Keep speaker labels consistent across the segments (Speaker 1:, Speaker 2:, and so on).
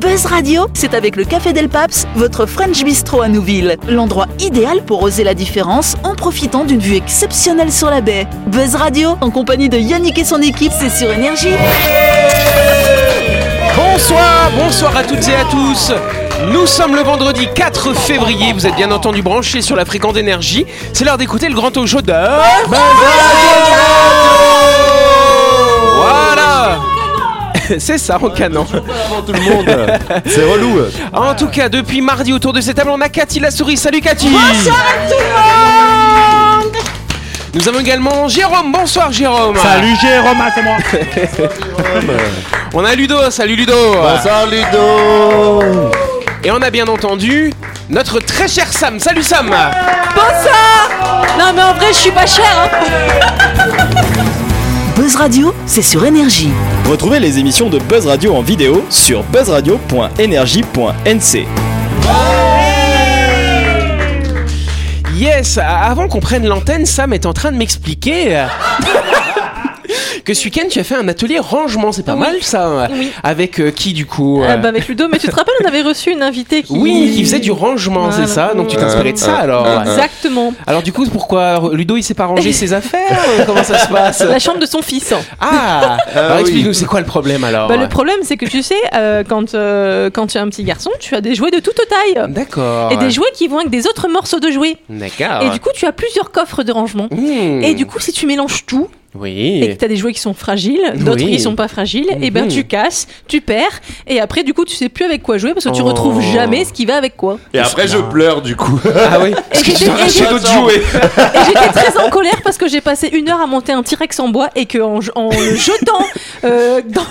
Speaker 1: Buzz Radio, c'est avec le Café Del Paps, votre French Bistro à Nouville. L'endroit idéal pour oser la différence en profitant d'une vue exceptionnelle sur la baie. Buzz Radio, en compagnie de Yannick et son équipe, c'est sur Énergie.
Speaker 2: Bonsoir, bonsoir à toutes et à tous. Nous sommes le vendredi 4 février, vous êtes bien entendu branchés sur la fréquence d'énergie. C'est l'heure d'écouter le grand talk show de... Buzz Radio Voilà C'est ça, en canon.
Speaker 3: Avant tout le monde. C'est relou.
Speaker 2: En tout cas, depuis mardi, autour de cette table, on a Cathy la souris. Salut Cathy Nous avons également Jérôme. Bonsoir Jérôme
Speaker 4: Salut Jérôme, Ah, c'est moi.
Speaker 2: On a Ludo. Salut Ludo
Speaker 3: Bonsoir Ludo.
Speaker 2: Et on a bien entendu notre très cher Sam. Salut Sam
Speaker 5: Bonsoir Oh, Non mais en vrai je suis pas chère hein.
Speaker 1: Buzz Radio, c'est sur Énergie.
Speaker 6: Retrouvez les émissions de Buzz Radio en vidéo sur buzzradio.energie.nc.
Speaker 2: Yes Avant qu'on prenne l'antenne, Sam est en train de m'expliquer... euh, Que ce week-end, tu as fait un atelier rangement, c'est pas mal ça
Speaker 5: Oui.
Speaker 2: Avec euh, qui du coup
Speaker 5: Ah, bah, avec Ludo, mais tu te rappelles on avait reçu une invitée qui...
Speaker 2: Oui, qui faisait du rangement,
Speaker 5: Voilà.
Speaker 2: c'est ça Donc tu t'inspirais de
Speaker 3: Euh,
Speaker 2: ça alors
Speaker 5: Exactement.
Speaker 2: Alors du coup, pourquoi Ludo il s'est pas rangé ses affaires euh, Comment ça se passe
Speaker 5: La chambre de son fils.
Speaker 2: Ah, Alors
Speaker 3: Euh, oui.
Speaker 2: explique-nous, c'est quoi le problème alors
Speaker 5: Bah, le problème, c'est que tu sais, euh, quand, euh, quand tu as un petit garçon, tu as des jouets de toute taille.
Speaker 2: D'accord.
Speaker 5: Et des jouets qui vont avec des autres morceaux de jouets.
Speaker 2: D'accord.
Speaker 5: Et du coup, tu as plusieurs coffres de rangement.
Speaker 2: Ah Mmh.
Speaker 5: Et du coup, si tu mélanges tout et
Speaker 2: Oui.
Speaker 5: que tu as des jouets qui sont fragiles, d'autres
Speaker 2: Oui.
Speaker 5: qui sont pas fragiles, et ben
Speaker 2: Mhm.
Speaker 5: tu casses, tu perds, et après, du coup, tu sais plus avec quoi jouer parce que tu
Speaker 2: Oh.
Speaker 5: retrouves jamais ce qui va avec quoi.
Speaker 3: Et après je pleure du coup.
Speaker 2: Ah oui.
Speaker 5: Et j'étais- et j'ai-
Speaker 3: jouets.
Speaker 5: Et j'étais très en colère parce que j'ai passé une heure à monter un T-Rex en bois et que en, en le jetant euh, dans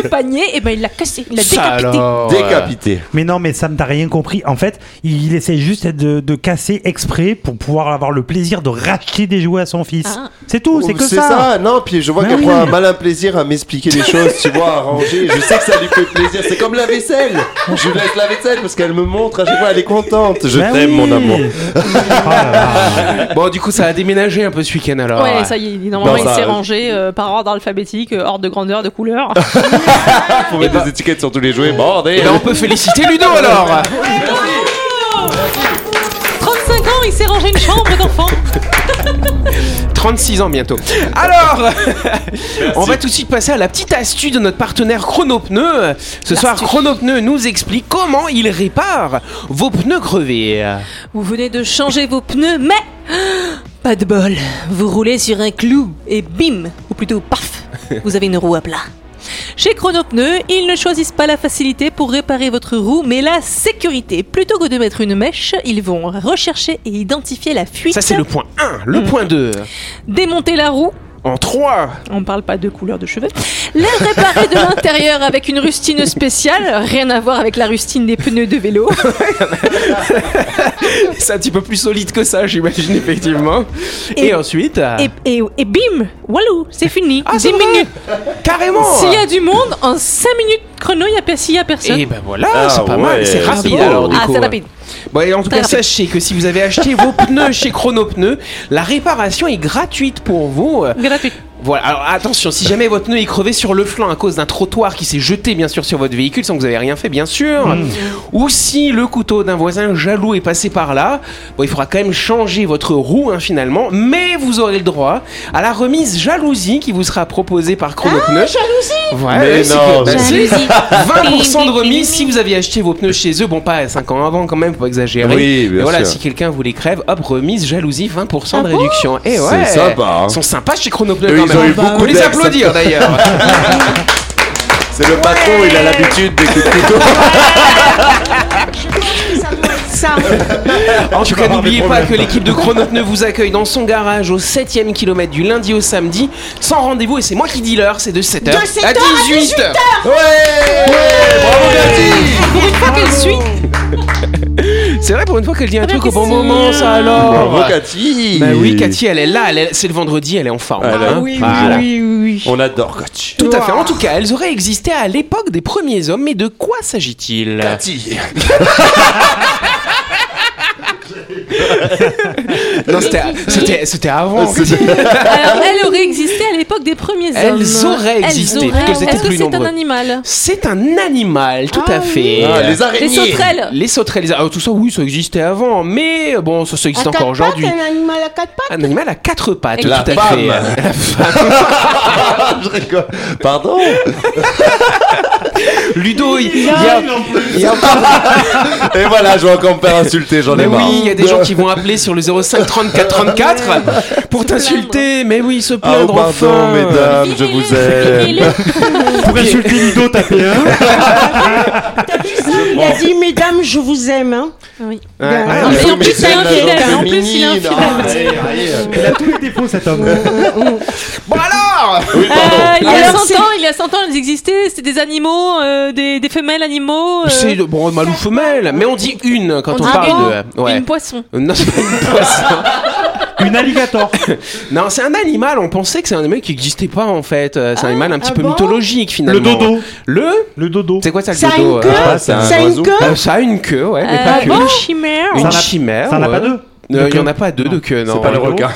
Speaker 5: le panier, et ben il l'a cassé, il l'a
Speaker 2: Ça,
Speaker 5: décapité.
Speaker 2: alors, euh,
Speaker 3: Décapité.
Speaker 4: Mais non, mais Sam, t'as rien compris. En fait, il essaie juste de, de casser exprès pour pouvoir avoir le plaisir de racheter des jouets à son fils.
Speaker 5: Ah.
Speaker 4: C'est tout, Oh, c'est que
Speaker 3: C'est
Speaker 4: ça.
Speaker 3: ça, non, puis je vois
Speaker 4: Mais
Speaker 3: qu'elle
Speaker 4: oui.
Speaker 3: prend un malin plaisir à m'expliquer les choses, tu vois, à ranger. Je sais que ça lui fait plaisir, c'est comme la vaisselle. Je lui laisse la vaisselle parce qu'elle me montre à chaque fois, elle est contente. Je
Speaker 4: Ben
Speaker 3: t'aime,
Speaker 4: oui.
Speaker 3: mon amour.
Speaker 4: Oh là là.
Speaker 2: Bon, du coup, ça a déménagé un peu ce week-end alors.
Speaker 5: Ouais, ça y est, normalement
Speaker 3: Non,
Speaker 5: il
Speaker 3: ça-
Speaker 5: s'est rangé euh, par ordre alphabétique, euh, ordre de grandeur, de couleur.
Speaker 3: Pour mettre
Speaker 2: bah-
Speaker 3: des étiquettes sur tous les jouets,
Speaker 2: Et
Speaker 3: bordel.
Speaker 2: ben, on peut féliciter Ludo alors.
Speaker 5: 35 ans, il s'est rangé une chambre d'enfant.
Speaker 2: 36 ans bientôt. Alors, on va tout de suite passer à la petite astuce de notre partenaire Chronopneu. Ce soir, Chronopneu nous explique comment il répare vos pneus crevés.
Speaker 5: Vous venez de changer vos pneus, mais pas de bol. Vous roulez sur un clou et bim, ou plutôt paf, vous avez une roue à plat. Chez Chronopneus, ils ne choisissent pas la facilité pour réparer votre roue, mais la sécurité. Plutôt que de mettre une mèche, ils vont rechercher et identifier la fuite.
Speaker 2: Ça, c'est le point 1. Le point 2.
Speaker 5: Démonter la roue,
Speaker 2: En 3.
Speaker 5: on parle pas de couleur de cheveux. La réparer de l'intérieur avec une rustine spéciale, rien à voir avec la rustine des pneus de vélo.
Speaker 2: C'est un petit peu plus solide que ça, j'imagine, effectivement. Et,
Speaker 5: Et-
Speaker 2: ensuite.
Speaker 5: Et, et- et bim, walou, c'est fini.
Speaker 2: Ah, c'est
Speaker 5: 10
Speaker 2: vrai
Speaker 5: minutes.
Speaker 2: Carrément
Speaker 5: S'il y a du monde, en 5 minutes chrono, il n'y a, pe- s'il y a personne.
Speaker 2: Et ben voilà,
Speaker 3: Ah
Speaker 2: c'est pas
Speaker 3: ouais.
Speaker 2: mal, c'est rapide
Speaker 3: Bravo.
Speaker 2: alors du
Speaker 5: ah,
Speaker 2: coup. euh,
Speaker 5: c'est rapide.
Speaker 2: Bon, Bah, et en tout
Speaker 5: Très
Speaker 2: cas,
Speaker 5: rapide.
Speaker 2: sachez que si vous avez acheté vos pneus chez Chronopneus, la réparation est gratuite pour vous. euh.
Speaker 5: Gratuit.
Speaker 2: Voilà, alors attention, si jamais votre pneu est crevé sur le flanc à cause d'un trottoir qui s'est jeté bien sûr sur votre véhicule sans que vous avez rien fait bien sûr, ou si le couteau d'un voisin jaloux est passé par là, bon, il faudra quand même changer votre roue hein, finalement, mais vous aurez le droit à la remise jalousie qui vous sera proposée par Chronopneu. jalousie
Speaker 3: Mais non,
Speaker 2: bah
Speaker 3: mais-
Speaker 5: Jalousie.
Speaker 2: 20% de remise si vous aviez acheté vos pneus chez eux, bon pas 5 ans avant quand même, faut pas exagérer.
Speaker 3: Oui, bien
Speaker 2: Mais voilà,
Speaker 3: sûr.
Speaker 2: si quelqu'un vous les crève, hop, remise jalousie, 20%
Speaker 5: Ah
Speaker 2: de réduction. Et
Speaker 3: C'est
Speaker 2: ouais,
Speaker 3: sympa, hein.
Speaker 2: Ils sont sympas chez Chronopneu
Speaker 3: Eux,
Speaker 2: quand
Speaker 3: ils
Speaker 2: même.
Speaker 3: ont eu
Speaker 2: Faut
Speaker 3: beaucoup
Speaker 2: les
Speaker 3: d'actes.
Speaker 2: applaudir d'ailleurs.
Speaker 3: C'est le patron, il a l'habitude des coups de couteau.
Speaker 2: En tout cas,
Speaker 3: avoir des
Speaker 2: n'oubliez pas
Speaker 3: problèmes.
Speaker 2: que l'équipe de Chronopneu vous accueille dans son garage au 7ème kilomètre du lundi au samedi, sans rendez-vous. Et c'est moi qui dis l'heure, c'est de 7h à 18h.
Speaker 3: Ouais, Bravo, Cathy
Speaker 5: Pour une fois qu'elle suit.
Speaker 2: C'est vrai, pour une fois qu'elle dit un
Speaker 5: Ah,
Speaker 2: truc
Speaker 5: mais
Speaker 2: au bon
Speaker 5: qu'est-ce que
Speaker 2: moment,
Speaker 5: c'est
Speaker 2: ça alors.
Speaker 3: Bravo, Cathy
Speaker 2: Bah oui, Cathy, elle est là, elle est- c'est le vendredi, elle est en forme.
Speaker 3: Elle est-
Speaker 2: hein.
Speaker 3: Ah oui, oui,
Speaker 2: Voilà.
Speaker 3: On adore Cathy.
Speaker 2: Tout à fait. En tout cas, elles auraient existé à l'époque des premiers hommes, mais
Speaker 3: Bah,
Speaker 2: de quoi s'agit-il
Speaker 3: Cathy
Speaker 2: Non, c'était- c'était c'était avant.
Speaker 5: Alors, elle aurait existé à l'époque des premiers
Speaker 2: Elles
Speaker 5: hommes.
Speaker 2: auraient existé,
Speaker 5: auraient.
Speaker 2: parce qu'elles étaient
Speaker 5: Est-ce que
Speaker 2: plus
Speaker 5: c'est un
Speaker 2: nombreuses.
Speaker 5: animal
Speaker 2: C'est un animal, tout
Speaker 5: Ah
Speaker 2: à fait.
Speaker 3: Ah, les
Speaker 5: Les
Speaker 3: araignées
Speaker 5: sauterelles
Speaker 2: Les sauterelles, les- alors, tout ça, oui, ça existait avant, mais euh, bon, ça, ça existe encore aujourd'hui.
Speaker 7: Un animal à quatre pattes
Speaker 2: Un animal à quatre pattes,
Speaker 5: La
Speaker 2: tout à
Speaker 3: femme.
Speaker 2: fait. La femme.
Speaker 3: Ah, Je rigole. Pardon
Speaker 2: Ludo, il y a, il y a
Speaker 3: Et voilà, je vais encore me faire insulter, j'en ai
Speaker 2: Mais oui,
Speaker 3: marre.
Speaker 2: il y a des gens qui vont appeler sur le 05 34 34 pour t'insulter. Mais oui, se
Speaker 3: Ah, oh,
Speaker 2: plaindre
Speaker 3: pardon,
Speaker 2: enfin.
Speaker 3: mesdames, je vous aime.
Speaker 4: Pour insulter Ludo, tapez un.
Speaker 7: T'as vu ça Ah, Il a dit, mesdames, je vous aime. hein.
Speaker 5: Oui.
Speaker 2: Ouais.
Speaker 7: Ah,
Speaker 3: Mais
Speaker 5: Et en
Speaker 3: mais
Speaker 5: plus, il est
Speaker 3: c'est
Speaker 5: infidèle,
Speaker 3: la
Speaker 5: en plus, il est
Speaker 3: féminine.
Speaker 5: infidèle.
Speaker 3: Ah, allez, allez.
Speaker 4: Il a tous les défauts, cet homme.
Speaker 2: Bon alors
Speaker 3: Oui,
Speaker 5: Euh,
Speaker 3: pardon.
Speaker 5: il, y a
Speaker 7: Alors,
Speaker 5: 100
Speaker 7: c'est-
Speaker 5: ans, il y a 100 ans, elles existaient. C'était des animaux, euh, des, des femelles animaux. euh,
Speaker 2: C'est bon, mâle ou femelle, mais on dit une quand on,
Speaker 5: dit
Speaker 2: parle
Speaker 5: bon,
Speaker 2: de. Ouais.
Speaker 5: Une poisson.
Speaker 2: Non, c'est pas une poisson.
Speaker 4: Une alligator.
Speaker 2: Non, c'est un animal. On pensait que c'est un animal qui n'existait pas en fait. Euh, C'est un animal un petit
Speaker 7: ah
Speaker 2: peu
Speaker 7: bon
Speaker 2: mythologique
Speaker 4: Le
Speaker 2: finalement.
Speaker 4: dodo.
Speaker 2: Le
Speaker 4: Le dodo.
Speaker 2: C'est quoi ça le
Speaker 7: Ça a
Speaker 2: dodo
Speaker 7: une
Speaker 2: euh
Speaker 7: queue
Speaker 3: Ah, c'est un
Speaker 7: Ça a une
Speaker 3: oiseau.
Speaker 7: queue
Speaker 2: Euh, Ça a une queue, ouais, mais
Speaker 5: Euh,
Speaker 2: pas que.
Speaker 5: bon, chimère.
Speaker 4: Ça en
Speaker 2: Une
Speaker 4: a-
Speaker 2: chimère.
Speaker 4: Ça en a
Speaker 2: ouais.
Speaker 4: pas deux
Speaker 2: Euh, Il y en a
Speaker 4: queue.
Speaker 2: pas deux de queue, non.
Speaker 3: C'est pas le
Speaker 4: non.
Speaker 3: requin.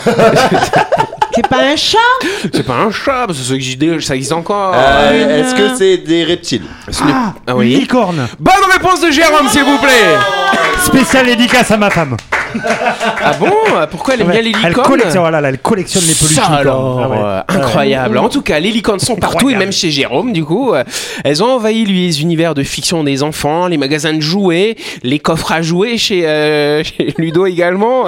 Speaker 7: C'est pas un chat
Speaker 2: C'est pas un chat, parce que ça existe, ça existe encore.
Speaker 3: Euh, Est-ce que c'est des reptiles
Speaker 2: Ce n'est-
Speaker 4: Ah,
Speaker 2: Ah oui.
Speaker 4: une licorne.
Speaker 2: Bonne réponse de Jérôme, s'il vous plaît.
Speaker 4: Spécial dédicace à ma femme.
Speaker 2: Ah bon Pourquoi elle aime
Speaker 4: Ouais.
Speaker 2: bien les licornes
Speaker 4: Elle collectionne, voilà, là, elle collectionne les peluches.
Speaker 2: Ça
Speaker 4: licornes.
Speaker 2: alors,
Speaker 4: Ah ouais.
Speaker 2: euh, incroyable. En tout cas, les licornes sont partout et
Speaker 4: Incroyable.
Speaker 2: même chez Jérôme, du coup, euh, elles ont envahi les univers de fiction des enfants, les magasins de jouets, les coffres à jouets chez, euh, chez Ludo également.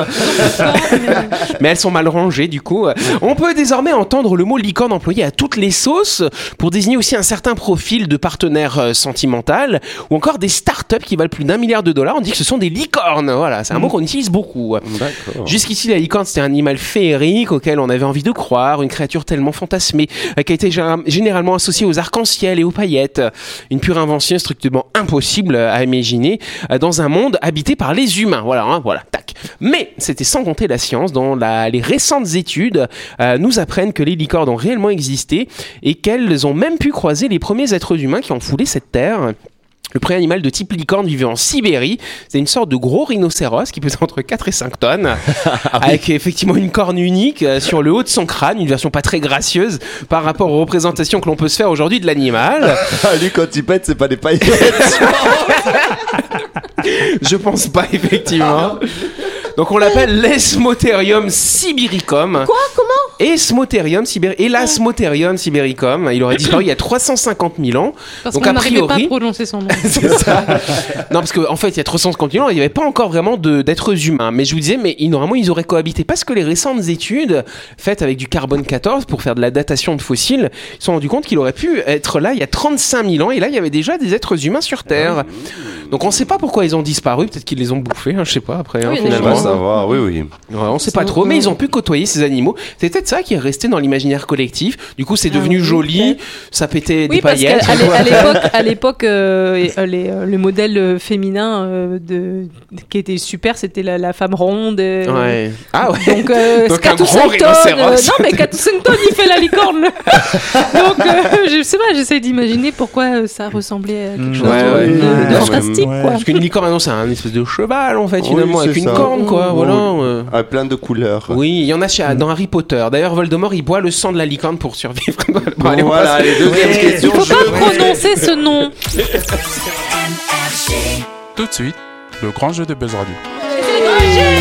Speaker 2: Mais elles sont mal rangées, du coup. On peut désormais entendre le mot licorne employé à toutes les sauces pour désigner aussi un certain profil de partenaire euh, sentimental ou encore des startups qui valent plus d'un milliard de dollars. On dit que ce sont des licornes. Voilà,
Speaker 4: Mm.
Speaker 2: c'est un mot qu'on utilise beaucoup.
Speaker 3: D'accord.
Speaker 2: Jusqu'ici, la licorne, c'était un animal féerique auquel on avait envie de croire, une créature tellement fantasmée euh, qui a été gé- généralement associée aux arcs-en-ciel et aux paillettes. Une pure invention strictement impossible euh, à imaginer euh, dans un monde habité par les humains. Voilà, hein, voilà, tac. Mais c'était sans compter la science dont la- les récentes études euh, nous apprennent que les licornes ont réellement existé et qu'elles ont même pu croiser les premiers êtres humains qui ont foulé cette terre. Le premier animal de type licorne vivait en Sibérie. C'est une sorte de gros rhinocéros qui pesait entre 4 et 5 tonnes, avec effectivement une corne unique euh, sur le haut de son crâne, une version pas très gracieuse par rapport aux représentations que l'on peut se faire aujourd'hui de l'animal.
Speaker 3: Ah, lui, quand il pète, c'est pas des paillettes.
Speaker 2: Je pense pas, effectivement. Donc on l'appelle l'Esmotherium sibiricum. Quoi Comment Esmotherium sibiricum. Elasmotherium sibiricum. Il aurait disparu il y a 350 000 ans.
Speaker 5: Parce
Speaker 2: Donc,
Speaker 5: qu'on
Speaker 2: a
Speaker 5: n'arrivait pas à
Speaker 2: priori-
Speaker 5: prononcer son nom.
Speaker 2: C'est ça. non, parce qu'en en fait, il y a 350 000 ans, il n'y avait pas encore vraiment de- d'êtres humains. Mais je vous disais, mais ils- normalement, ils auraient cohabité. Parce que les récentes études faites avec du carbone 14 pour faire de la datation de fossiles, ils se sont rendus compte qu'il aurait pu être là il y a 35 000 ans. Et là, il y avait déjà des êtres humains sur Terre. Donc on ne sait pas pourquoi ils ont disparu. Peut-être qu'ils les ont bouffés, hein, je sais pas, après, hein,
Speaker 5: Oui, il y en a
Speaker 3: On
Speaker 5: qui
Speaker 2: finalement.
Speaker 3: va savoir, oui, oui.
Speaker 2: Ouais, on sait pas trop, mais ils ont pu côtoyer ces animaux. C'est peut-être ça qui est resté dans l'imaginaire collectif. Du coup, c'est devenu joli, ça pétait des
Speaker 5: Ah Oui, parce qu'à
Speaker 2: paillettes.
Speaker 5: à l'é- à l'époque, à l'époque, euh, et, euh, les, euh, le modèle euh, féminin euh, de, qui était super, c'était la, la femme ronde. euh,
Speaker 2: Ouais. Ah ouais.
Speaker 5: Donc, euh,
Speaker 2: Donc,
Speaker 5: 4
Speaker 2: un
Speaker 5: ou
Speaker 2: gros
Speaker 5: 5 tonnes. euh,
Speaker 2: rhinocéros.
Speaker 5: non, mais 4 ou 5 tonnes, il fait la licorne. Donc, euh, je sais pas, j'essaie d'imaginer pourquoi euh, ça ressemblait à
Speaker 4: Hmm.
Speaker 5: quelque chose
Speaker 2: Ouais, ouais.
Speaker 5: de-
Speaker 2: Ouais,
Speaker 5: de
Speaker 2: non,
Speaker 5: fantastique,
Speaker 4: mais-
Speaker 5: quoi.
Speaker 4: ouais.
Speaker 2: Parce qu'une licorne, ah non, c'est un espèce de cheval en fait,
Speaker 3: Oui,
Speaker 2: finalement, avec
Speaker 3: c'est
Speaker 2: une
Speaker 3: ça.
Speaker 2: corne, quoi.
Speaker 3: Mmh.
Speaker 2: Voilà.
Speaker 3: Oui. Mm.
Speaker 2: euh.
Speaker 3: Ah, plein de couleurs.
Speaker 2: Oui, il y en a chez, dans Harry Potter. D'ailleurs, Voldemort, il boit le sang de la licorne pour survivre. Bon,
Speaker 3: Bon,
Speaker 2: allez, on
Speaker 3: voilà,
Speaker 2: passe.
Speaker 3: les deuxième
Speaker 4: Ouais.
Speaker 3: question.
Speaker 5: Faut
Speaker 3: je-
Speaker 5: pas prononcer ce nom.
Speaker 8: Tout de suite, le grand jeu de Buzz Radio.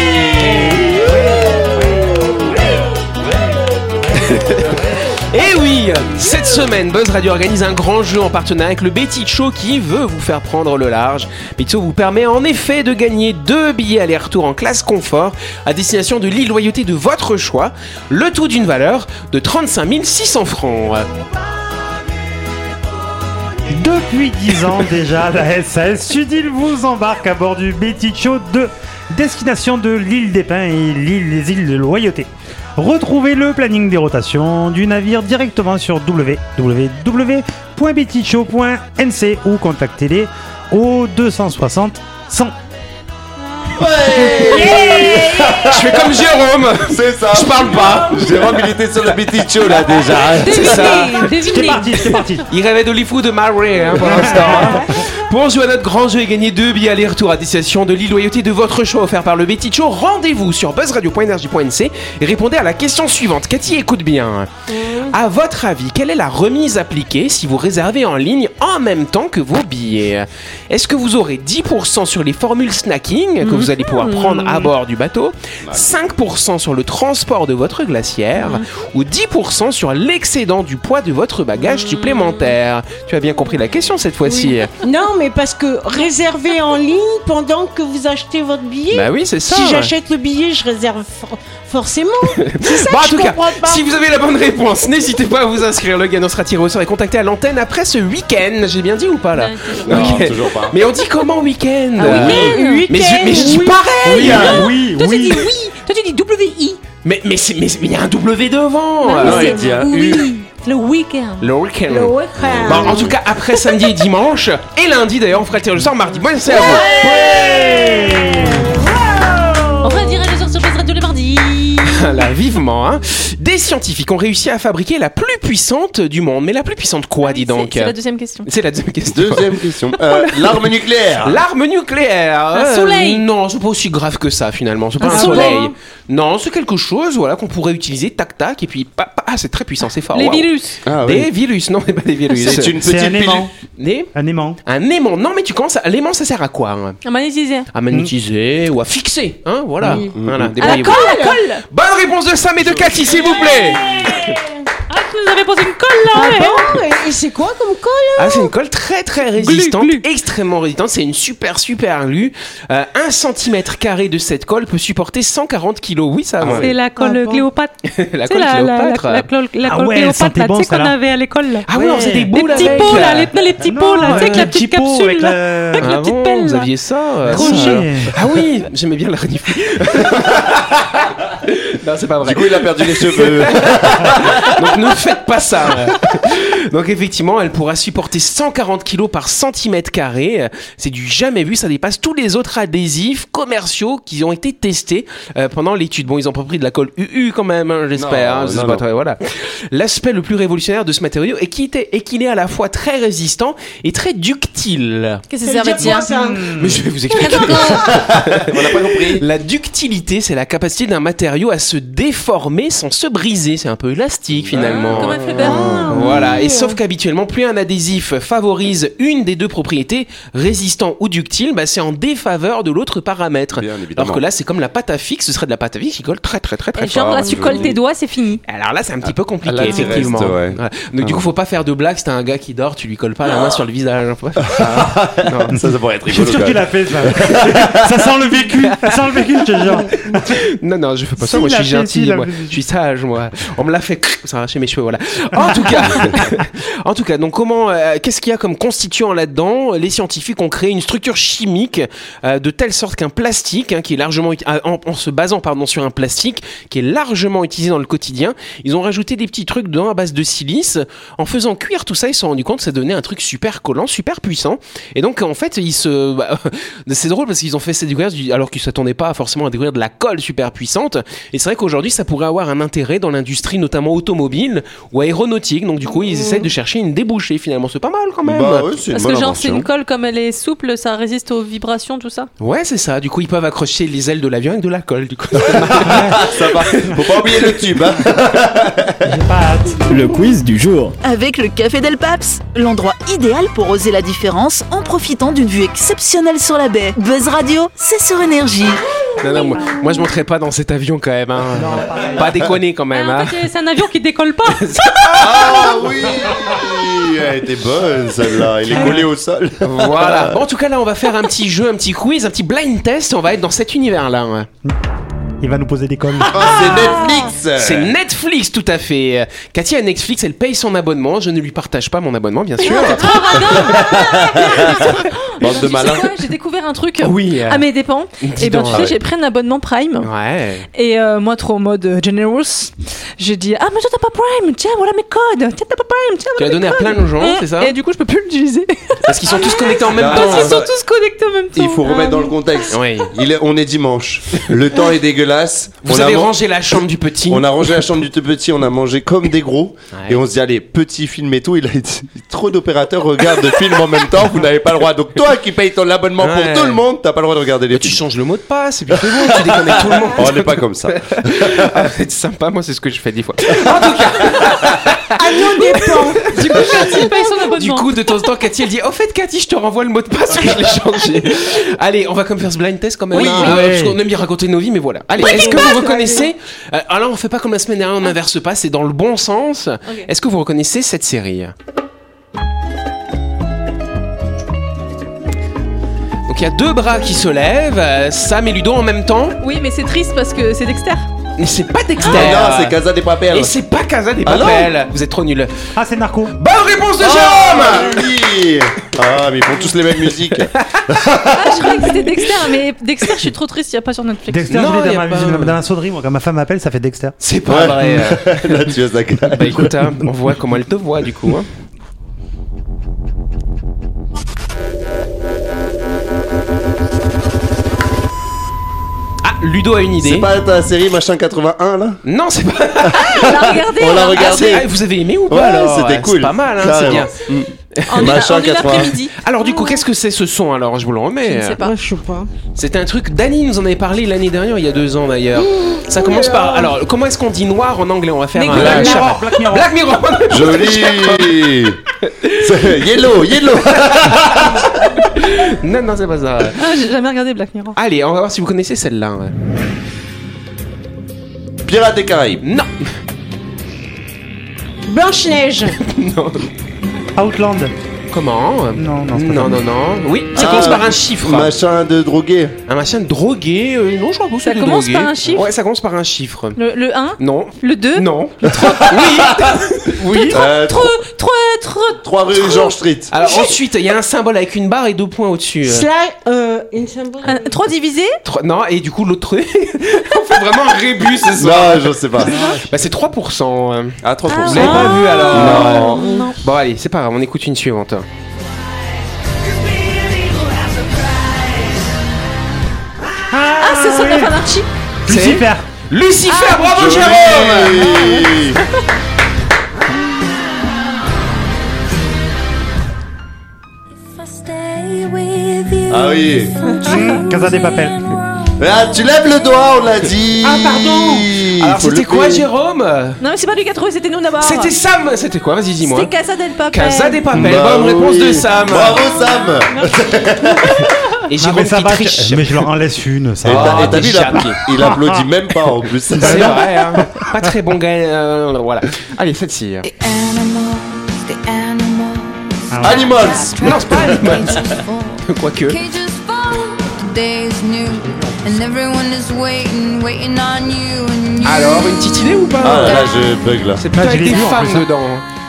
Speaker 2: Eh oui Cette semaine, Buzz Radio organise un grand jeu en partenariat avec le Betty Show qui veut vous faire prendre le large. Betty Show vous permet en effet de gagner deux billets aller-retour en classe confort à destination de l'île loyauté de votre choix, le tout d'une valeur de 35 600 francs.
Speaker 4: Depuis 10 ans déjà, la SAS Sudil vous embarque à bord du Betty Show de destination de l'île des Pins et l'île les îles de Loyauté. Retrouvez le planning des rotations du navire directement sur www.bettyshow.nc ou contactez-les au 260 100.
Speaker 2: Je fais comme Jérôme
Speaker 3: C'est ça.
Speaker 2: Je parle pas
Speaker 3: Jérôme, il était sur le petit show là déjà.
Speaker 2: ça.
Speaker 5: Devinez,
Speaker 4: C'est
Speaker 5: devinez.
Speaker 4: parti, c'est parti.
Speaker 2: Il rêvait de l'ifou de Marie hein, pour l'instant. hein. Pour jouer à notre grand jeu et gagner deux billets aller-retour à destination de l'île loyauté de votre choix offert par le Betty Show, rendez-vous sur buzzradio.energie.nc et répondez à la question suivante. Cathy, écoute bien. À votre avis, quelle est la remise appliquée si vous réservez en ligne en même temps que vos billets Est-ce que vous aurez 10% sur les formules snacking que vous allez pouvoir prendre à bord du bateau, 5% sur le transport de votre glacière ou 10% sur l'excédent du poids de votre bagage supplémentaire Tu as bien compris la question cette fois-ci.
Speaker 7: Non, mais parce que réserver en ligne pendant que vous achetez votre billet.
Speaker 2: Bah oui, c'est ça.
Speaker 7: si j'achète le billet, je réserve for- forcément. C'est ça
Speaker 2: Bon, Bah, en
Speaker 7: que je
Speaker 2: tout cas,
Speaker 7: comprends pas.
Speaker 2: si vous avez la bonne réponse, n'hésitez pas à vous inscrire. Le gagnant sera tiré au sort et contacté à l'antenne après ce week-end. J'ai bien dit ou
Speaker 5: Euh,
Speaker 2: pas là
Speaker 3: Non,
Speaker 2: Ok.
Speaker 3: toujours pas.
Speaker 2: Mais on dit comment week-end
Speaker 7: Week-end,
Speaker 2: Mais je, mais je dis
Speaker 7: Ah oui.
Speaker 2: pareil
Speaker 4: Oui, hein, oui,
Speaker 5: Toi,
Speaker 4: oui.
Speaker 5: tu dis oui. Toi, tu dis WI.
Speaker 2: Mais mais c'est- mais- mais il y a un W devant
Speaker 5: Non,
Speaker 2: alors.
Speaker 3: non, il dit un
Speaker 5: oui. Le week-end.
Speaker 2: Le week-end.
Speaker 7: Bah Le week-end.
Speaker 2: Bon, en tout cas, après samedi et dimanche, et lundi d'ailleurs, on fera tirer le sort mardi. Bon, c'est à vous.
Speaker 5: On va dire les heures sur Buzz Radio le mardi.
Speaker 2: Là, vivement, hein. Des scientifiques ont réussi à fabriquer la plus puissante du monde. Mais la plus puissante quoi, dis
Speaker 7: Ah
Speaker 2: donc
Speaker 5: C'est la deuxième question.
Speaker 2: C'est la deuxième question.
Speaker 3: Deuxième question. Euh, L'arme nucléaire.
Speaker 2: L'arme nucléaire.
Speaker 5: Un
Speaker 2: euh,
Speaker 5: soleil.
Speaker 2: Non, c'est pas aussi grave que ça finalement. C'est pas un,
Speaker 5: Un
Speaker 2: soleil.
Speaker 5: soleil.
Speaker 2: Non, c'est quelque chose voilà qu'on pourrait utiliser tac tac et puis pa- pa- ah c'est très puissant, c'est fort.
Speaker 5: Les
Speaker 2: waouh.
Speaker 5: virus.
Speaker 3: Ah oui.
Speaker 2: Des virus, non, mais pas des virus.
Speaker 3: C'est une
Speaker 4: C'est
Speaker 3: petite
Speaker 4: un
Speaker 3: pilule.
Speaker 4: aimant.
Speaker 2: Des-
Speaker 4: Un aimant.
Speaker 2: Un aimant. Non, mais tu commences. À... L'aimant, ça sert à quoi hein
Speaker 5: Un magnétiseur.
Speaker 3: Hmm.
Speaker 2: À magnétiser ou à fixer, hein Voilà. Voilà.
Speaker 5: À la
Speaker 2: débrouillez-vous.
Speaker 5: colle, la colle.
Speaker 2: Bonne réponse de Sam et de Cathy, s'il vous plaît.
Speaker 5: Ah, tu nous avais posé une colle là,
Speaker 7: Ah
Speaker 5: ouais.
Speaker 7: bon Et- Et c'est quoi comme colle
Speaker 2: Ah, c'est une colle très très résistante,
Speaker 5: glu.
Speaker 2: extrêmement résistante. C'est une super super alu. Euh, un centimètre carré de cette colle peut supporter 140 kilos. Oui, ça. avance.
Speaker 5: C'est la colle
Speaker 7: Ah bon
Speaker 5: Cléopâtre.
Speaker 2: la
Speaker 5: C'est
Speaker 2: colle
Speaker 5: la, la,
Speaker 2: Cléopâtre. euh.
Speaker 5: la, la colle, la
Speaker 4: Ah
Speaker 5: colle
Speaker 4: ouais, elle
Speaker 5: Cléopâtre,
Speaker 4: sentait
Speaker 5: là,
Speaker 4: bon,
Speaker 5: tu sais qu'on
Speaker 4: ça, là.
Speaker 5: avait à l'école. là.
Speaker 2: Ah ouais, on faisait des
Speaker 5: Les
Speaker 2: boules
Speaker 5: petits
Speaker 2: avec. euh.
Speaker 5: pots là, les, non, les petits pots là,
Speaker 4: Ah Non,
Speaker 5: tu sais, avec la
Speaker 4: le petit
Speaker 5: petite
Speaker 4: pot
Speaker 5: capsule
Speaker 4: avec
Speaker 5: là.
Speaker 4: la-
Speaker 5: Avec la
Speaker 2: Ah
Speaker 5: petite
Speaker 2: bon,
Speaker 5: pelle,
Speaker 2: Vous
Speaker 5: là.
Speaker 2: aviez ça euh,
Speaker 4: Trop
Speaker 2: ça,
Speaker 4: chiant.
Speaker 2: alors. Ah oui, j'aimais bien la rediff. non, c'est pas vrai.
Speaker 3: Du coup, il a perdu les cheveux.
Speaker 2: Donc ne faites pas ça. hein. Donc effectivement, elle pourra supporter 140 kilos par centimètre carré. C'est du jamais vu. Ça dépasse tous les autres adhésifs commerciaux qui ont été testés euh, pendant l'étude. Bon, ils ont pas pris de la colle UU quand même, hein, j'espère.
Speaker 3: Non,
Speaker 2: hein, je sais
Speaker 3: non,
Speaker 2: pas
Speaker 3: non.
Speaker 2: très- voilà. L'aspect le plus révolutionnaire de ce matériau est qu'il était- est qu'il est à la fois très résistant et très ductile.
Speaker 5: Qu'est-ce
Speaker 7: Ça
Speaker 5: que
Speaker 7: veut
Speaker 5: ça veut
Speaker 7: dire
Speaker 5: dire
Speaker 7: quoi, ça
Speaker 2: Mais je vais vous expliquer.
Speaker 3: On n'a pas compris.
Speaker 2: La ductilité, c'est la capacité d'un matériau à se déformer sans se briser. C'est un peu élastique finalement.
Speaker 5: Comme un flipper.
Speaker 2: Voilà, et sauf qu'habituellement, plus un adhésif favorise une des deux propriétés, résistant ou ductile, bah, c'est en défaveur de l'autre paramètre.
Speaker 3: Bien évidemment.
Speaker 2: Alors que là, c'est comme la pâte à fixe, ce serait de la pâte à fixe qui colle très très très très
Speaker 5: Et
Speaker 2: fort.
Speaker 5: genre là, tu
Speaker 3: je
Speaker 5: colles
Speaker 3: veux
Speaker 5: tes doigts, c'est fini.
Speaker 2: Alors là, c'est un petit peu compliqué,
Speaker 3: là, tu
Speaker 2: effectivement.
Speaker 3: restes, ouais. Ah.
Speaker 2: Voilà. Donc du coup, faut pas faire de blague, c'est un gars qui dort, tu lui colles pas la main sur le visage. Faut pas faire ça.
Speaker 3: Ça, ça pourrait être
Speaker 4: Je suis
Speaker 3: rigolo. quand
Speaker 4: sûr que
Speaker 3: même.
Speaker 4: tu l'as fait, ça. ça sent le vécu. Ça sent le vécu, je te jure.
Speaker 2: Non, non, je fais pas ça,
Speaker 4: Si,
Speaker 2: moi je
Speaker 4: il
Speaker 2: suis
Speaker 4: a fait, si,
Speaker 2: gentil,
Speaker 4: il a
Speaker 2: moi.
Speaker 4: fait.
Speaker 2: je suis sage, moi. On me l'a fait, ça a arraché mes cheveux, voilà. En tout cas, en tout cas, donc comment, euh, qu'est-ce qu'il y a comme constituant là-dedans Les scientifiques ont créé une structure chimique euh, de telle sorte qu'un plastique, hein, qui est largement, ut- ah, en, en se basant pardon sur un plastique qui est largement utilisé dans le quotidien, ils ont rajouté des petits trucs dedans à base de silice. En faisant cuire tout ça, ils se sont rendus compte que ça donnait un truc super collant, super puissant. Et donc en fait, ils se, bah, c'est drôle parce qu'ils ont fait cette découverte du- alors qu'ils s'attendaient pas forcément à découvrir de la colle super puissante. Et c'est vrai qu'aujourd'hui, ça pourrait avoir un intérêt dans l'industrie, notamment automobile ou aéronautique. Donc du coup, ils essayent de chercher une débouchée. Finalement, c'est pas mal quand même.
Speaker 3: Mmh. Bah ouais, c'est une
Speaker 5: Parce
Speaker 3: bonne
Speaker 5: que genre, c'est
Speaker 3: invention.
Speaker 5: une colle, comme elle est souple, ça résiste aux vibrations, tout ça.
Speaker 2: Ouais, c'est ça. Du coup, ils peuvent accrocher les ailes de l'avion avec de la colle. Du coup,
Speaker 3: Ça va. Faut pas oublier le tube. Hein.
Speaker 4: J'ai pas hâte.
Speaker 6: Le quiz du jour.
Speaker 1: Avec le Café Del Paps, l'endroit idéal pour oser la différence en profitant d'une vue exceptionnelle sur la baie. Buzz Radio, c'est sur énergie.
Speaker 2: non, non, moi, moi, je monterai pas dans cet avion quand même. hein. pas déconner quand même.
Speaker 5: Ah, en
Speaker 2: hein.
Speaker 5: fait, c'est un avion qui décolle pas.
Speaker 3: Ah oui Elle était bonne celle-là. Il est collé au sol.
Speaker 2: Ah. Voilà. Bon, en tout cas, là, on va faire un petit jeu, un petit quiz, un petit blind test. On va être dans cet univers-là. hein. ouais.
Speaker 4: Il va nous poser des cols.
Speaker 3: Oh, c'est Netflix
Speaker 2: C'est Netflix, tout à fait. Cathy a Netflix, elle paye son abonnement. Je ne lui partage pas mon abonnement,
Speaker 5: Ah,
Speaker 2: bien sûr.
Speaker 3: Bande de
Speaker 5: Tu sais
Speaker 3: malins.
Speaker 5: quoi, J'ai découvert un truc.
Speaker 2: Oui. euh,
Speaker 5: À mes dépens.
Speaker 2: Dis
Speaker 5: Et Ah, ben,
Speaker 2: donc,
Speaker 5: tu
Speaker 2: ah
Speaker 5: sais,
Speaker 2: ouais.
Speaker 5: j'ai pris un abonnement Prime.
Speaker 2: Ouais.
Speaker 5: Et euh, moi, trop en mode euh, generous, j'ai dit Ah, mais toi, t'as pas Prime Tiens, voilà mes codes Tiens, t'as pas Prime Tiens,
Speaker 2: Tu l'as
Speaker 5: voilà
Speaker 2: donné à plein de gens,
Speaker 5: mes-
Speaker 2: c'est ça Ah, bah
Speaker 5: Et du coup, je peux plus l'utiliser.
Speaker 2: Parce qu'ils sont tous connectés en même
Speaker 3: Ah,
Speaker 2: temps.
Speaker 5: Parce qu'ils euh, sont
Speaker 3: ça-
Speaker 2: Ah
Speaker 5: tous connectés en même temps.
Speaker 3: Il faut remettre dans le contexte.
Speaker 2: Oui.
Speaker 3: Il est- on est dimanche. Le temps est place.
Speaker 2: Vous
Speaker 3: on a
Speaker 2: avez
Speaker 3: man-
Speaker 2: rangé la chambre du petit.
Speaker 3: On a rangé la chambre du tout petit, on a mangé comme des gros.
Speaker 2: Ouais.
Speaker 3: Et on se dit, allez, petit film et tout. Il a dit, trop d'opérateurs regardent de films en même temps, vous n'avez pas le droit. Donc toi qui payes ton abonnement
Speaker 2: Ouais.
Speaker 3: pour tout le monde, t'as pas le droit de regarder les
Speaker 2: Tu
Speaker 3: films.
Speaker 2: changes le mot de passe et puis c'est bon, tu déconnectes tout le monde.
Speaker 3: Oh, on n'est pas comme ça.
Speaker 2: Ah, c'est sympa, moi c'est ce que je fais des fois.
Speaker 7: À nos dépens.
Speaker 5: Du coup, Cathy paye son
Speaker 2: Du
Speaker 5: abonnement.
Speaker 2: coup, de temps en temps, Cathy, elle dit Au fait, Cathy, je te renvoie le mot de passe que je l'ai changé. Allez, on va comme faire ce blind test quand même.
Speaker 4: Oui.
Speaker 2: hein,
Speaker 4: Ouais.
Speaker 2: Parce qu'on aime bien raconter nos vies, mais voilà. Allez, est-ce que vous reconnaissez euh, Alors, on fait pas comme la semaine dernière, on n'inverse pas, c'est dans le bon sens. Est-ce que vous reconnaissez cette série Donc, il y a deux bras qui se lèvent, euh, Sam et Ludo en même temps,
Speaker 5: Oui, mais c'est triste parce que c'est Dexter.
Speaker 2: mais c'est pas Dexter.
Speaker 3: Mais Ah, non, c'est Casa des Papel.
Speaker 2: Et c'est pas Casa des
Speaker 3: Ah non
Speaker 2: Papel. Vous êtes trop nuls.
Speaker 4: Ah, c'est Narco.
Speaker 2: Bonne réponse de Jérôme
Speaker 3: Ah, joli. Ah, mais ils font tous les mêmes musiques.
Speaker 5: Ah, je croyais que c'était Dexter, mais Dexter, je suis trop triste, il n'y a pas sur Netflix.
Speaker 4: Dexter,
Speaker 2: Non,
Speaker 4: je l'ai
Speaker 2: y a
Speaker 4: dans ma,
Speaker 2: pas-
Speaker 4: dans ma- dans ma sauderie, moi, quand ma femme m'appelle, ça fait Dexter.
Speaker 2: C'est pas
Speaker 3: Ouais.
Speaker 2: vrai. euh.
Speaker 3: Là, tu as la gueule.
Speaker 2: Bah écoute, hein, on voit comment elle te voit du coup. hein. Ah, Ludo a une idée.
Speaker 3: C'est pas ta série machin 81 là
Speaker 2: Non, c'est pas.
Speaker 5: On l'a regardé. hein.
Speaker 3: On l'a
Speaker 5: alors.
Speaker 2: Ah, c'est-
Speaker 3: regardé.
Speaker 2: ah, vous avez aimé ou pas
Speaker 3: Ouais,
Speaker 2: alors
Speaker 3: c'était
Speaker 2: C'est
Speaker 3: cool.
Speaker 2: pas mal, hein, c'est
Speaker 3: Carrément.
Speaker 2: bien.
Speaker 5: En une-
Speaker 3: Machin
Speaker 5: en une
Speaker 3: 80.
Speaker 5: après-midi.
Speaker 2: Alors du coup, qu'est-ce que c'est ce son alors Je vous le remets. hein.
Speaker 5: Je ne sais pas.
Speaker 7: Moi, je sais pas.
Speaker 2: C'était un truc. Dani nous en avait parlé l'année dernière, il y a deux ans d'ailleurs. Ça commence par. Alors, comment est-ce qu'on dit noir en anglais On va faire
Speaker 5: Negro.
Speaker 2: un.
Speaker 3: Black
Speaker 2: Black
Speaker 4: Mirror, Black Mirror.
Speaker 2: Black Mirror.
Speaker 3: Joli C'est- Yellow, yellow
Speaker 2: Non, non, c'est pas ça.
Speaker 5: Ah, j'ai jamais regardé Black Mirror.
Speaker 2: Allez, on va voir si vous connaissez celle-là. ouais.
Speaker 3: Pirates des Caraïbes.
Speaker 2: Non.
Speaker 7: Blanche-Neige.
Speaker 4: Outland.
Speaker 2: Comment
Speaker 4: Non, non, c'est pas
Speaker 2: Non,
Speaker 4: ça.
Speaker 2: non, non. Oui, ça
Speaker 3: Ah,
Speaker 2: commence par un chiffre.
Speaker 3: Machin de drogué.
Speaker 2: Un machin de drogué. euh, non, je crois pas que
Speaker 5: Ça
Speaker 2: c'est de
Speaker 5: commence
Speaker 2: drogué.
Speaker 5: par un chiffre
Speaker 2: Ouais, ça commence par un chiffre.
Speaker 5: Le, 1,
Speaker 2: Non.
Speaker 5: le 2,
Speaker 2: Non. Oui. oui.
Speaker 3: Euh,
Speaker 5: trop, trop, trop.
Speaker 3: 3 rue George Street.
Speaker 2: Alors ensuite, il y a un symbole avec une barre et deux points au-dessus. euh.
Speaker 7: Cela, euh, une symbole.
Speaker 5: un- Trop divisé
Speaker 2: Trois- Non, et du coup, l'autre truc. On fait vraiment un rébus ce soir.
Speaker 3: Non, je sais pas.
Speaker 2: Bah, c'est 3%. euh.
Speaker 3: À 3%.
Speaker 5: Ah.
Speaker 2: Vous l'avez pas vu alors
Speaker 3: Non.
Speaker 2: Bon, allez, c'est pas grave, on écoute une suivante.
Speaker 5: Ah, c'est ça,
Speaker 4: oui.
Speaker 5: la fin d'Archie
Speaker 2: C'est-
Speaker 4: Lucifer.
Speaker 2: Lucifer, bravo
Speaker 3: Joli.
Speaker 2: Oh, Jérôme
Speaker 3: Ah oui.
Speaker 4: Mmh, Casa des Papel.
Speaker 3: Ah, tu lèves le doigt, on l'a dit.
Speaker 2: Ah, pardon.
Speaker 3: Il
Speaker 2: Alors,
Speaker 3: faut
Speaker 2: c'était
Speaker 3: le
Speaker 2: quoi
Speaker 3: faire.
Speaker 2: Jérôme
Speaker 5: Non, mais c'est pas lui qui a trouvé, c'était nous d'abord.
Speaker 2: C'était Sam C'était quoi Vas-y, dis-moi.
Speaker 5: Ah. C'était Casa del Papel.
Speaker 2: Casa des Papel,
Speaker 3: Bah
Speaker 2: bonne réponse
Speaker 3: oui.
Speaker 2: de Sam. Ah,
Speaker 3: Bravo Sam.
Speaker 2: Et
Speaker 4: Ah,
Speaker 2: Jérôme
Speaker 4: mais ça
Speaker 2: qui
Speaker 4: va,
Speaker 2: triche.
Speaker 4: je- mais je leur en laisse une,
Speaker 3: Et
Speaker 4: ça va.
Speaker 2: Ah,
Speaker 3: t'as- et t'as
Speaker 2: des
Speaker 3: vu, il a-
Speaker 2: chapiers.
Speaker 3: il applaudit même pas en plus.
Speaker 2: C'est vrai, hein. pas très bon gars. euh, voilà. Allez, celle-ci.
Speaker 4: Ah
Speaker 3: Animals.
Speaker 2: Non, c'est pas animal. Quoique. Alors, une petite idée ou pas
Speaker 3: Ah là, là, je bug là.
Speaker 2: C'est plutôt
Speaker 4: Bah,
Speaker 2: avec
Speaker 4: je l'ai
Speaker 2: des
Speaker 4: vu, en
Speaker 2: femmes
Speaker 4: plus, hein.
Speaker 2: dedans.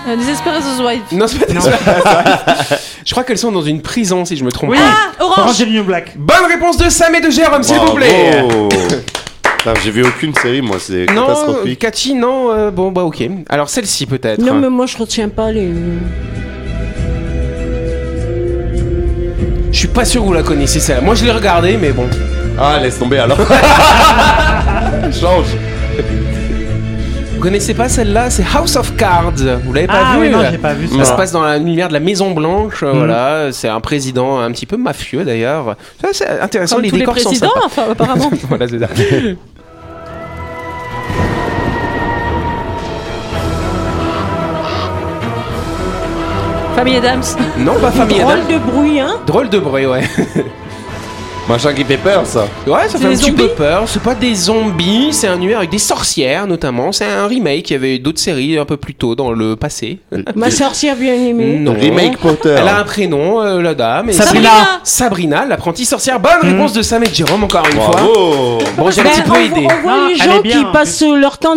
Speaker 5: Euh, Desesperados Wife.
Speaker 2: Non, Ah, c'est pas des femmes. Je crois qu'elles sont dans une prison, si je me trompe.
Speaker 4: Oui.
Speaker 2: pas.
Speaker 5: Ah, Orange
Speaker 4: Orange et le New Black.
Speaker 2: Bonne réponse de Sam et de Jérôme, s'il vous plaît.
Speaker 3: Bravo. Putain, J'ai vu aucune série, moi, c'est
Speaker 2: Non,
Speaker 3: catastrophique.
Speaker 2: Cathy, non. euh, bon, bah ok. Alors celle-ci peut-être.
Speaker 7: Non, mais moi, je retiens pas les.
Speaker 2: Je suis pas sûr que vous la connaissez celle-là. Moi, je l'ai regardée, mais bon.
Speaker 3: Ah, laisse tomber alors. Change.
Speaker 2: Vous connaissez pas celle-là C'est House of Cards. Vous l'avez pas
Speaker 4: Ah
Speaker 2: vu
Speaker 4: oui, non, j'ai pas vu ça.
Speaker 2: Ça se passe dans la lumière de la Maison Blanche,
Speaker 4: Mhm.
Speaker 2: euh, voilà. C'est un président un petit peu mafieux d'ailleurs. Ça, c'est intéressant.
Speaker 5: Comme
Speaker 2: les
Speaker 5: tous les
Speaker 2: décors sont
Speaker 5: présidents,
Speaker 2: sympas.
Speaker 5: enfin, apparemment.
Speaker 2: voilà, c'est ça.
Speaker 5: Famille Adams.
Speaker 2: Non, pas famille.
Speaker 7: Drôle
Speaker 2: Adams.
Speaker 7: de bruit, hein.
Speaker 2: Drôle de bruit, ouais.
Speaker 3: Machin qui fait peur, ça.
Speaker 2: Ouais, ça
Speaker 5: des
Speaker 2: fait un petit
Speaker 5: zombies
Speaker 2: peu peur. C'est pas des zombies, c'est un univers avec des sorcières notamment. C'est un remake. Il y avait d'autres séries un peu plus tôt dans le passé.
Speaker 7: Ma sorcière bien aimée.
Speaker 2: Non.
Speaker 3: Remake Potter.
Speaker 2: Elle a un prénom, euh, la dame. et
Speaker 4: Sabrina.
Speaker 2: c'est- Sabrina, l'apprentie sorcière. Bonne
Speaker 4: Mhm.
Speaker 2: réponse de Sam et de Jérôme encore une fois.
Speaker 3: Bravo.
Speaker 2: Bon, j'ai un
Speaker 7: Ben,
Speaker 2: petit peu
Speaker 7: on,
Speaker 2: aidé. Ah,
Speaker 7: on voit
Speaker 4: Non,
Speaker 7: les
Speaker 4: elle est
Speaker 7: gens
Speaker 4: bien,
Speaker 7: qui
Speaker 4: en
Speaker 7: passent leur temps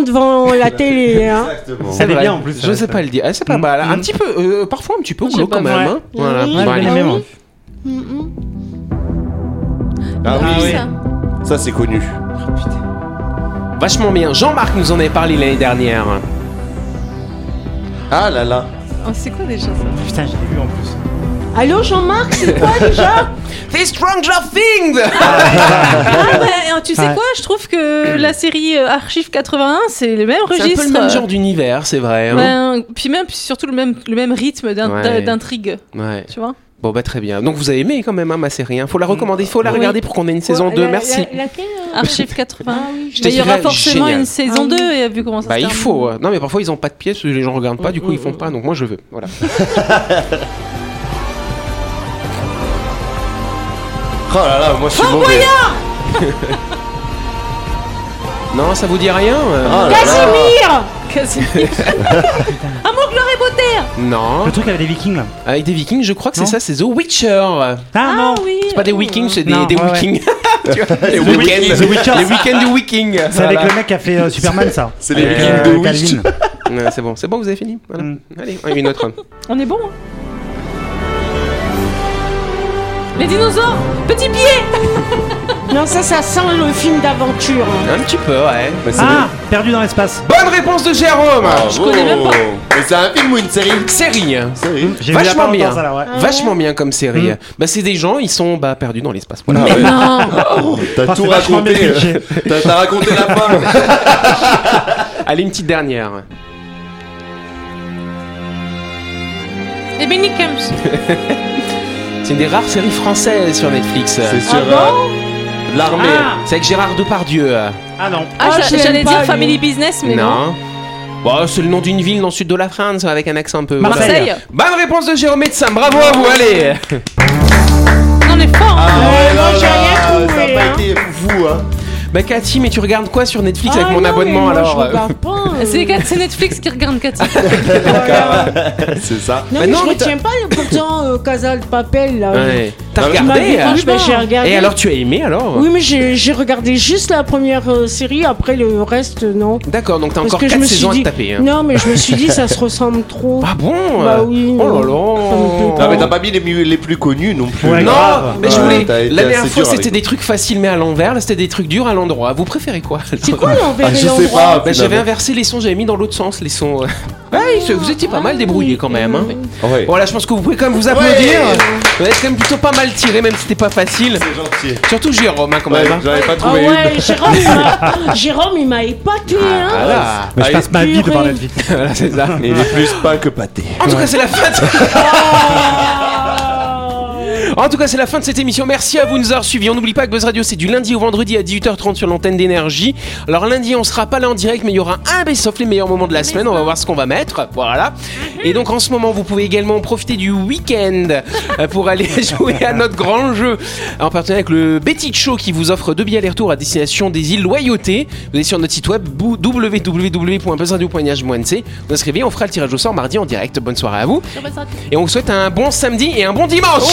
Speaker 7: devant la télé. Hein.
Speaker 3: Exactement.
Speaker 4: Elle est
Speaker 2: vrai.
Speaker 4: bien, en plus,
Speaker 2: Je
Speaker 4: ça,
Speaker 2: sais
Speaker 4: ça.
Speaker 2: pas le dire. Ah, c'est pas mal. Un
Speaker 4: Mm.
Speaker 2: petit peu, euh, parfois un petit peu
Speaker 5: Je sais
Speaker 2: glauque
Speaker 5: pas,
Speaker 2: quand même.
Speaker 4: ouais.
Speaker 2: hein. Voilà.
Speaker 7: Oui,
Speaker 2: Bon,
Speaker 7: bah
Speaker 2: allez.
Speaker 4: bien aimé,
Speaker 7: oui.
Speaker 4: moi.
Speaker 3: Ah
Speaker 5: Ah oui.
Speaker 3: oui, ça c'est connu.
Speaker 2: Vachement bien. Jean-Marc nous en avait parlé l'année dernière.
Speaker 3: Ah là là. Ah
Speaker 5: Oh, c'est quoi déjà ça
Speaker 4: Putain, j'ai vu en plus.
Speaker 7: Allô Jean-Marc, c'est quoi déjà
Speaker 2: The Stranger Things
Speaker 5: Ah, bah, tu sais
Speaker 4: Ouais.
Speaker 5: quoi Je trouve que la série euh, Archive 81, c'est le même
Speaker 2: C'est un
Speaker 5: registre.
Speaker 2: peu le même genre d'univers, c'est vrai. hein.
Speaker 5: Ben, puis même, puis surtout le même, le même rythme d'in- euh,
Speaker 2: Ouais.
Speaker 5: d'intrigue,
Speaker 2: Ouais.
Speaker 5: tu vois.
Speaker 2: Bon, bah très bien. Donc vous avez aimé quand même, hein, ma série. Hein. Faut la
Speaker 4: Mm.
Speaker 2: recommander, faut la
Speaker 5: Oui.
Speaker 2: regarder pour qu'on ait une saison
Speaker 7: Quoi,
Speaker 2: 2.
Speaker 7: la-
Speaker 2: Merci.
Speaker 7: la- laquelle, euh
Speaker 5: Archive 81.
Speaker 7: Ah oui,
Speaker 2: Je
Speaker 5: Mais il y aura
Speaker 2: t'écrirai-
Speaker 5: forcément
Speaker 2: Génial.
Speaker 5: une saison
Speaker 7: Ah
Speaker 5: 2, et euh, vu comment ça
Speaker 2: Bah
Speaker 5: se
Speaker 2: il
Speaker 5: termine.
Speaker 2: faut. ouais. Non mais parfois ils ont pas de pièces, les gens regardent pas, du coup ils
Speaker 4: Mm.
Speaker 2: font pas. Donc moi je veux. Voilà.
Speaker 3: Oh là là, moi je suis mauvais.
Speaker 2: Non, ça vous dit rien euh,
Speaker 4: Ah.
Speaker 3: Oh là là.
Speaker 7: Casimir
Speaker 5: Quasi. Amour, gloire et beauté
Speaker 2: Non.
Speaker 4: Le truc avec des vikings là.
Speaker 2: Avec des Vikings, je crois que c'est ça,
Speaker 4: Non.
Speaker 2: c'est The Witcher.
Speaker 4: Ah, non
Speaker 5: oui
Speaker 2: C'est pas des Vikings, c'est des,
Speaker 4: Non,
Speaker 2: des
Speaker 4: ouais, ouais.
Speaker 2: Vikings. Tu vois, les
Speaker 4: The
Speaker 2: week-ends.
Speaker 4: The Witcher.
Speaker 2: Les week-ends du Viking.
Speaker 4: C'est avec le mec qui a fait euh, Superman ça.
Speaker 3: C'est les
Speaker 4: Avec,
Speaker 3: vikings
Speaker 4: euh,
Speaker 3: de Witch.
Speaker 4: Calvin.
Speaker 2: Ouais, c'est bon, c'est bon, vous avez fini. Voilà.
Speaker 4: Mm.
Speaker 2: Allez, une autre.
Speaker 5: On est bon. hein. Les dinosaures Petit pied
Speaker 7: Non, ça, ça sent le film d'aventure. hein.
Speaker 2: Un petit peu, ouais.
Speaker 3: Mais c'est
Speaker 4: Ah Perdu dans l'espace.
Speaker 2: Bonne réponse de Jérôme.
Speaker 3: bon.
Speaker 5: je connais même pas.
Speaker 3: Mais c'est un film ou une série
Speaker 2: Série.
Speaker 3: Série.
Speaker 4: J'ai vu la
Speaker 2: Vachement bien.
Speaker 4: ça là, ouais.
Speaker 7: Ah
Speaker 2: Vachement bien comme série.
Speaker 4: Mm.
Speaker 2: Bah, c'est des gens, ils sont bah, perdus dans l'espace. Voilà.
Speaker 3: Ah ouais.
Speaker 5: Non
Speaker 3: Oh, T'as
Speaker 4: Ah,
Speaker 3: tout
Speaker 4: c'est vachement
Speaker 3: raconté.
Speaker 4: bien
Speaker 3: euh, T'as t'as raconté la fin.
Speaker 2: Allez, une petite dernière.
Speaker 5: Les Bennicamps
Speaker 2: C'est une des rares séries françaises sur Netflix.
Speaker 3: C'est sur
Speaker 4: hein.
Speaker 3: euh, l'armée.
Speaker 4: Ah,
Speaker 2: C'est avec Gérard Depardieu.
Speaker 4: ah non.
Speaker 5: Ah,
Speaker 7: Ah,
Speaker 5: j'a-
Speaker 7: je l'aime
Speaker 5: j'allais
Speaker 7: pas,
Speaker 5: dire
Speaker 7: lui.
Speaker 5: Family Business, mais non.
Speaker 2: non. Bah, c'est le nom d'une ville dans le sud de la France avec un accent un peu. voilà.
Speaker 4: Marseille.
Speaker 5: Marseille
Speaker 2: Bonne réponse de Jérôme Médecin. Bravo à vous.
Speaker 7: Ah.
Speaker 2: Allez.
Speaker 5: Non, mais fort hein.
Speaker 3: Ah,
Speaker 7: moi,
Speaker 3: là
Speaker 7: j'ai rien
Speaker 3: là,
Speaker 7: trouvé,
Speaker 3: Ça a
Speaker 7: hein.
Speaker 3: pas été fou, hein.
Speaker 2: Bah, Cathy, mais tu regardes quoi sur Netflix
Speaker 7: Ah
Speaker 2: avec mon
Speaker 7: non,
Speaker 2: abonnement
Speaker 7: mais moi,
Speaker 2: alors euh,
Speaker 7: je regarde pas, hein.
Speaker 5: C'est c'est Netflix qui regarde Cathy.
Speaker 3: C'est ça.
Speaker 7: Non,
Speaker 2: Bah
Speaker 7: mais
Speaker 2: non,
Speaker 7: je
Speaker 2: mais t'as-
Speaker 7: retiens pas pourtant euh, Casa de Papel là.
Speaker 2: Ouais. T'as
Speaker 3: Non, mais
Speaker 7: Tu m'as
Speaker 2: regardé
Speaker 7: vu,
Speaker 2: euh,
Speaker 7: oui, bah, j'ai regardé.
Speaker 2: Et alors, tu as aimé alors
Speaker 7: Oui, mais j'ai j'ai regardé juste la première euh, série, après le reste, euh, non.
Speaker 2: D'accord, donc t'as
Speaker 7: Parce
Speaker 2: encore
Speaker 7: que je
Speaker 2: 4
Speaker 7: me suis
Speaker 2: saisons
Speaker 7: dit.
Speaker 2: à te taper. hein.
Speaker 7: Non, mais je me suis dit, ça se ressemble trop.
Speaker 2: Ah bon
Speaker 7: Bah
Speaker 2: euh,
Speaker 7: oui,
Speaker 2: Oh là
Speaker 7: non. Ça me plaît
Speaker 2: là
Speaker 3: Non, mais t'as pas mis les, mieux- les plus connus non plus.
Speaker 4: Ouais,
Speaker 2: Non,
Speaker 4: grave.
Speaker 2: mais je
Speaker 3: Ouais,
Speaker 2: voulais.
Speaker 3: t'as été
Speaker 2: La
Speaker 3: assez
Speaker 2: dernière fois,
Speaker 3: dur
Speaker 2: c'était
Speaker 3: avec.
Speaker 2: des trucs faciles mais à l'envers. Là, c'était des trucs durs à l'endroit. Vous préférez quoi alors
Speaker 7: C'est quoi l'envers
Speaker 3: Ah,
Speaker 7: et
Speaker 3: je sais
Speaker 7: l'endroit
Speaker 3: pas.
Speaker 2: Bah, j'avais
Speaker 3: finalement.
Speaker 2: inversé les sons, j'avais mis dans l'autre sens les sons. euh. Ouais, vous étiez pas mal débrouillés quand même. hein.
Speaker 3: Ouais.
Speaker 2: Voilà, je pense que vous pouvez quand même vous applaudir. Vous êtes quand même plutôt pas mal tiré, même si c'était pas facile.
Speaker 3: C'est gentil.
Speaker 2: Surtout Jérôme, hein, quand
Speaker 3: Ouais,
Speaker 2: même. hein.
Speaker 3: j'avais pas
Speaker 7: Ah
Speaker 3: trouvé une.
Speaker 7: ouais, Jérôme, il m'a- Jérôme, il m'a épaté, hein.
Speaker 2: Ah, là,
Speaker 4: Mais je
Speaker 3: Ah,
Speaker 4: passe ma vie
Speaker 7: purée.
Speaker 4: devant la vie.
Speaker 2: voilà, c'est ça.
Speaker 3: Il est plus pain que pâté.
Speaker 2: En tout cas, c'est la fin. de-
Speaker 7: Ah.
Speaker 2: En tout cas, c'est la fin de cette émission. Merci à vous de nous avoir suivis. On n'oublie pas que Buzz Radio, c'est du lundi au vendredi à 18h30 sur l'antenne d'énergie. Alors lundi, on sera pas là en direct, mais il y aura un best of les meilleurs moments de la semaine. On va voir ce qu'on va mettre. Voilà. Et donc en ce moment, vous pouvez également profiter du week-end euh, pour aller jouer à notre grand jeu en partenariat avec le Betty Show qui vous offre deux billets aller-retour à destination des îles Loyauté. Vous allez sur notre site web bou- www.buzzradio.nh-c. Vous inscrivez, on fera le tirage au sort mardi en direct. Bonne soirée à vous. Et on vous souhaite un bon samedi et un bon dimanche.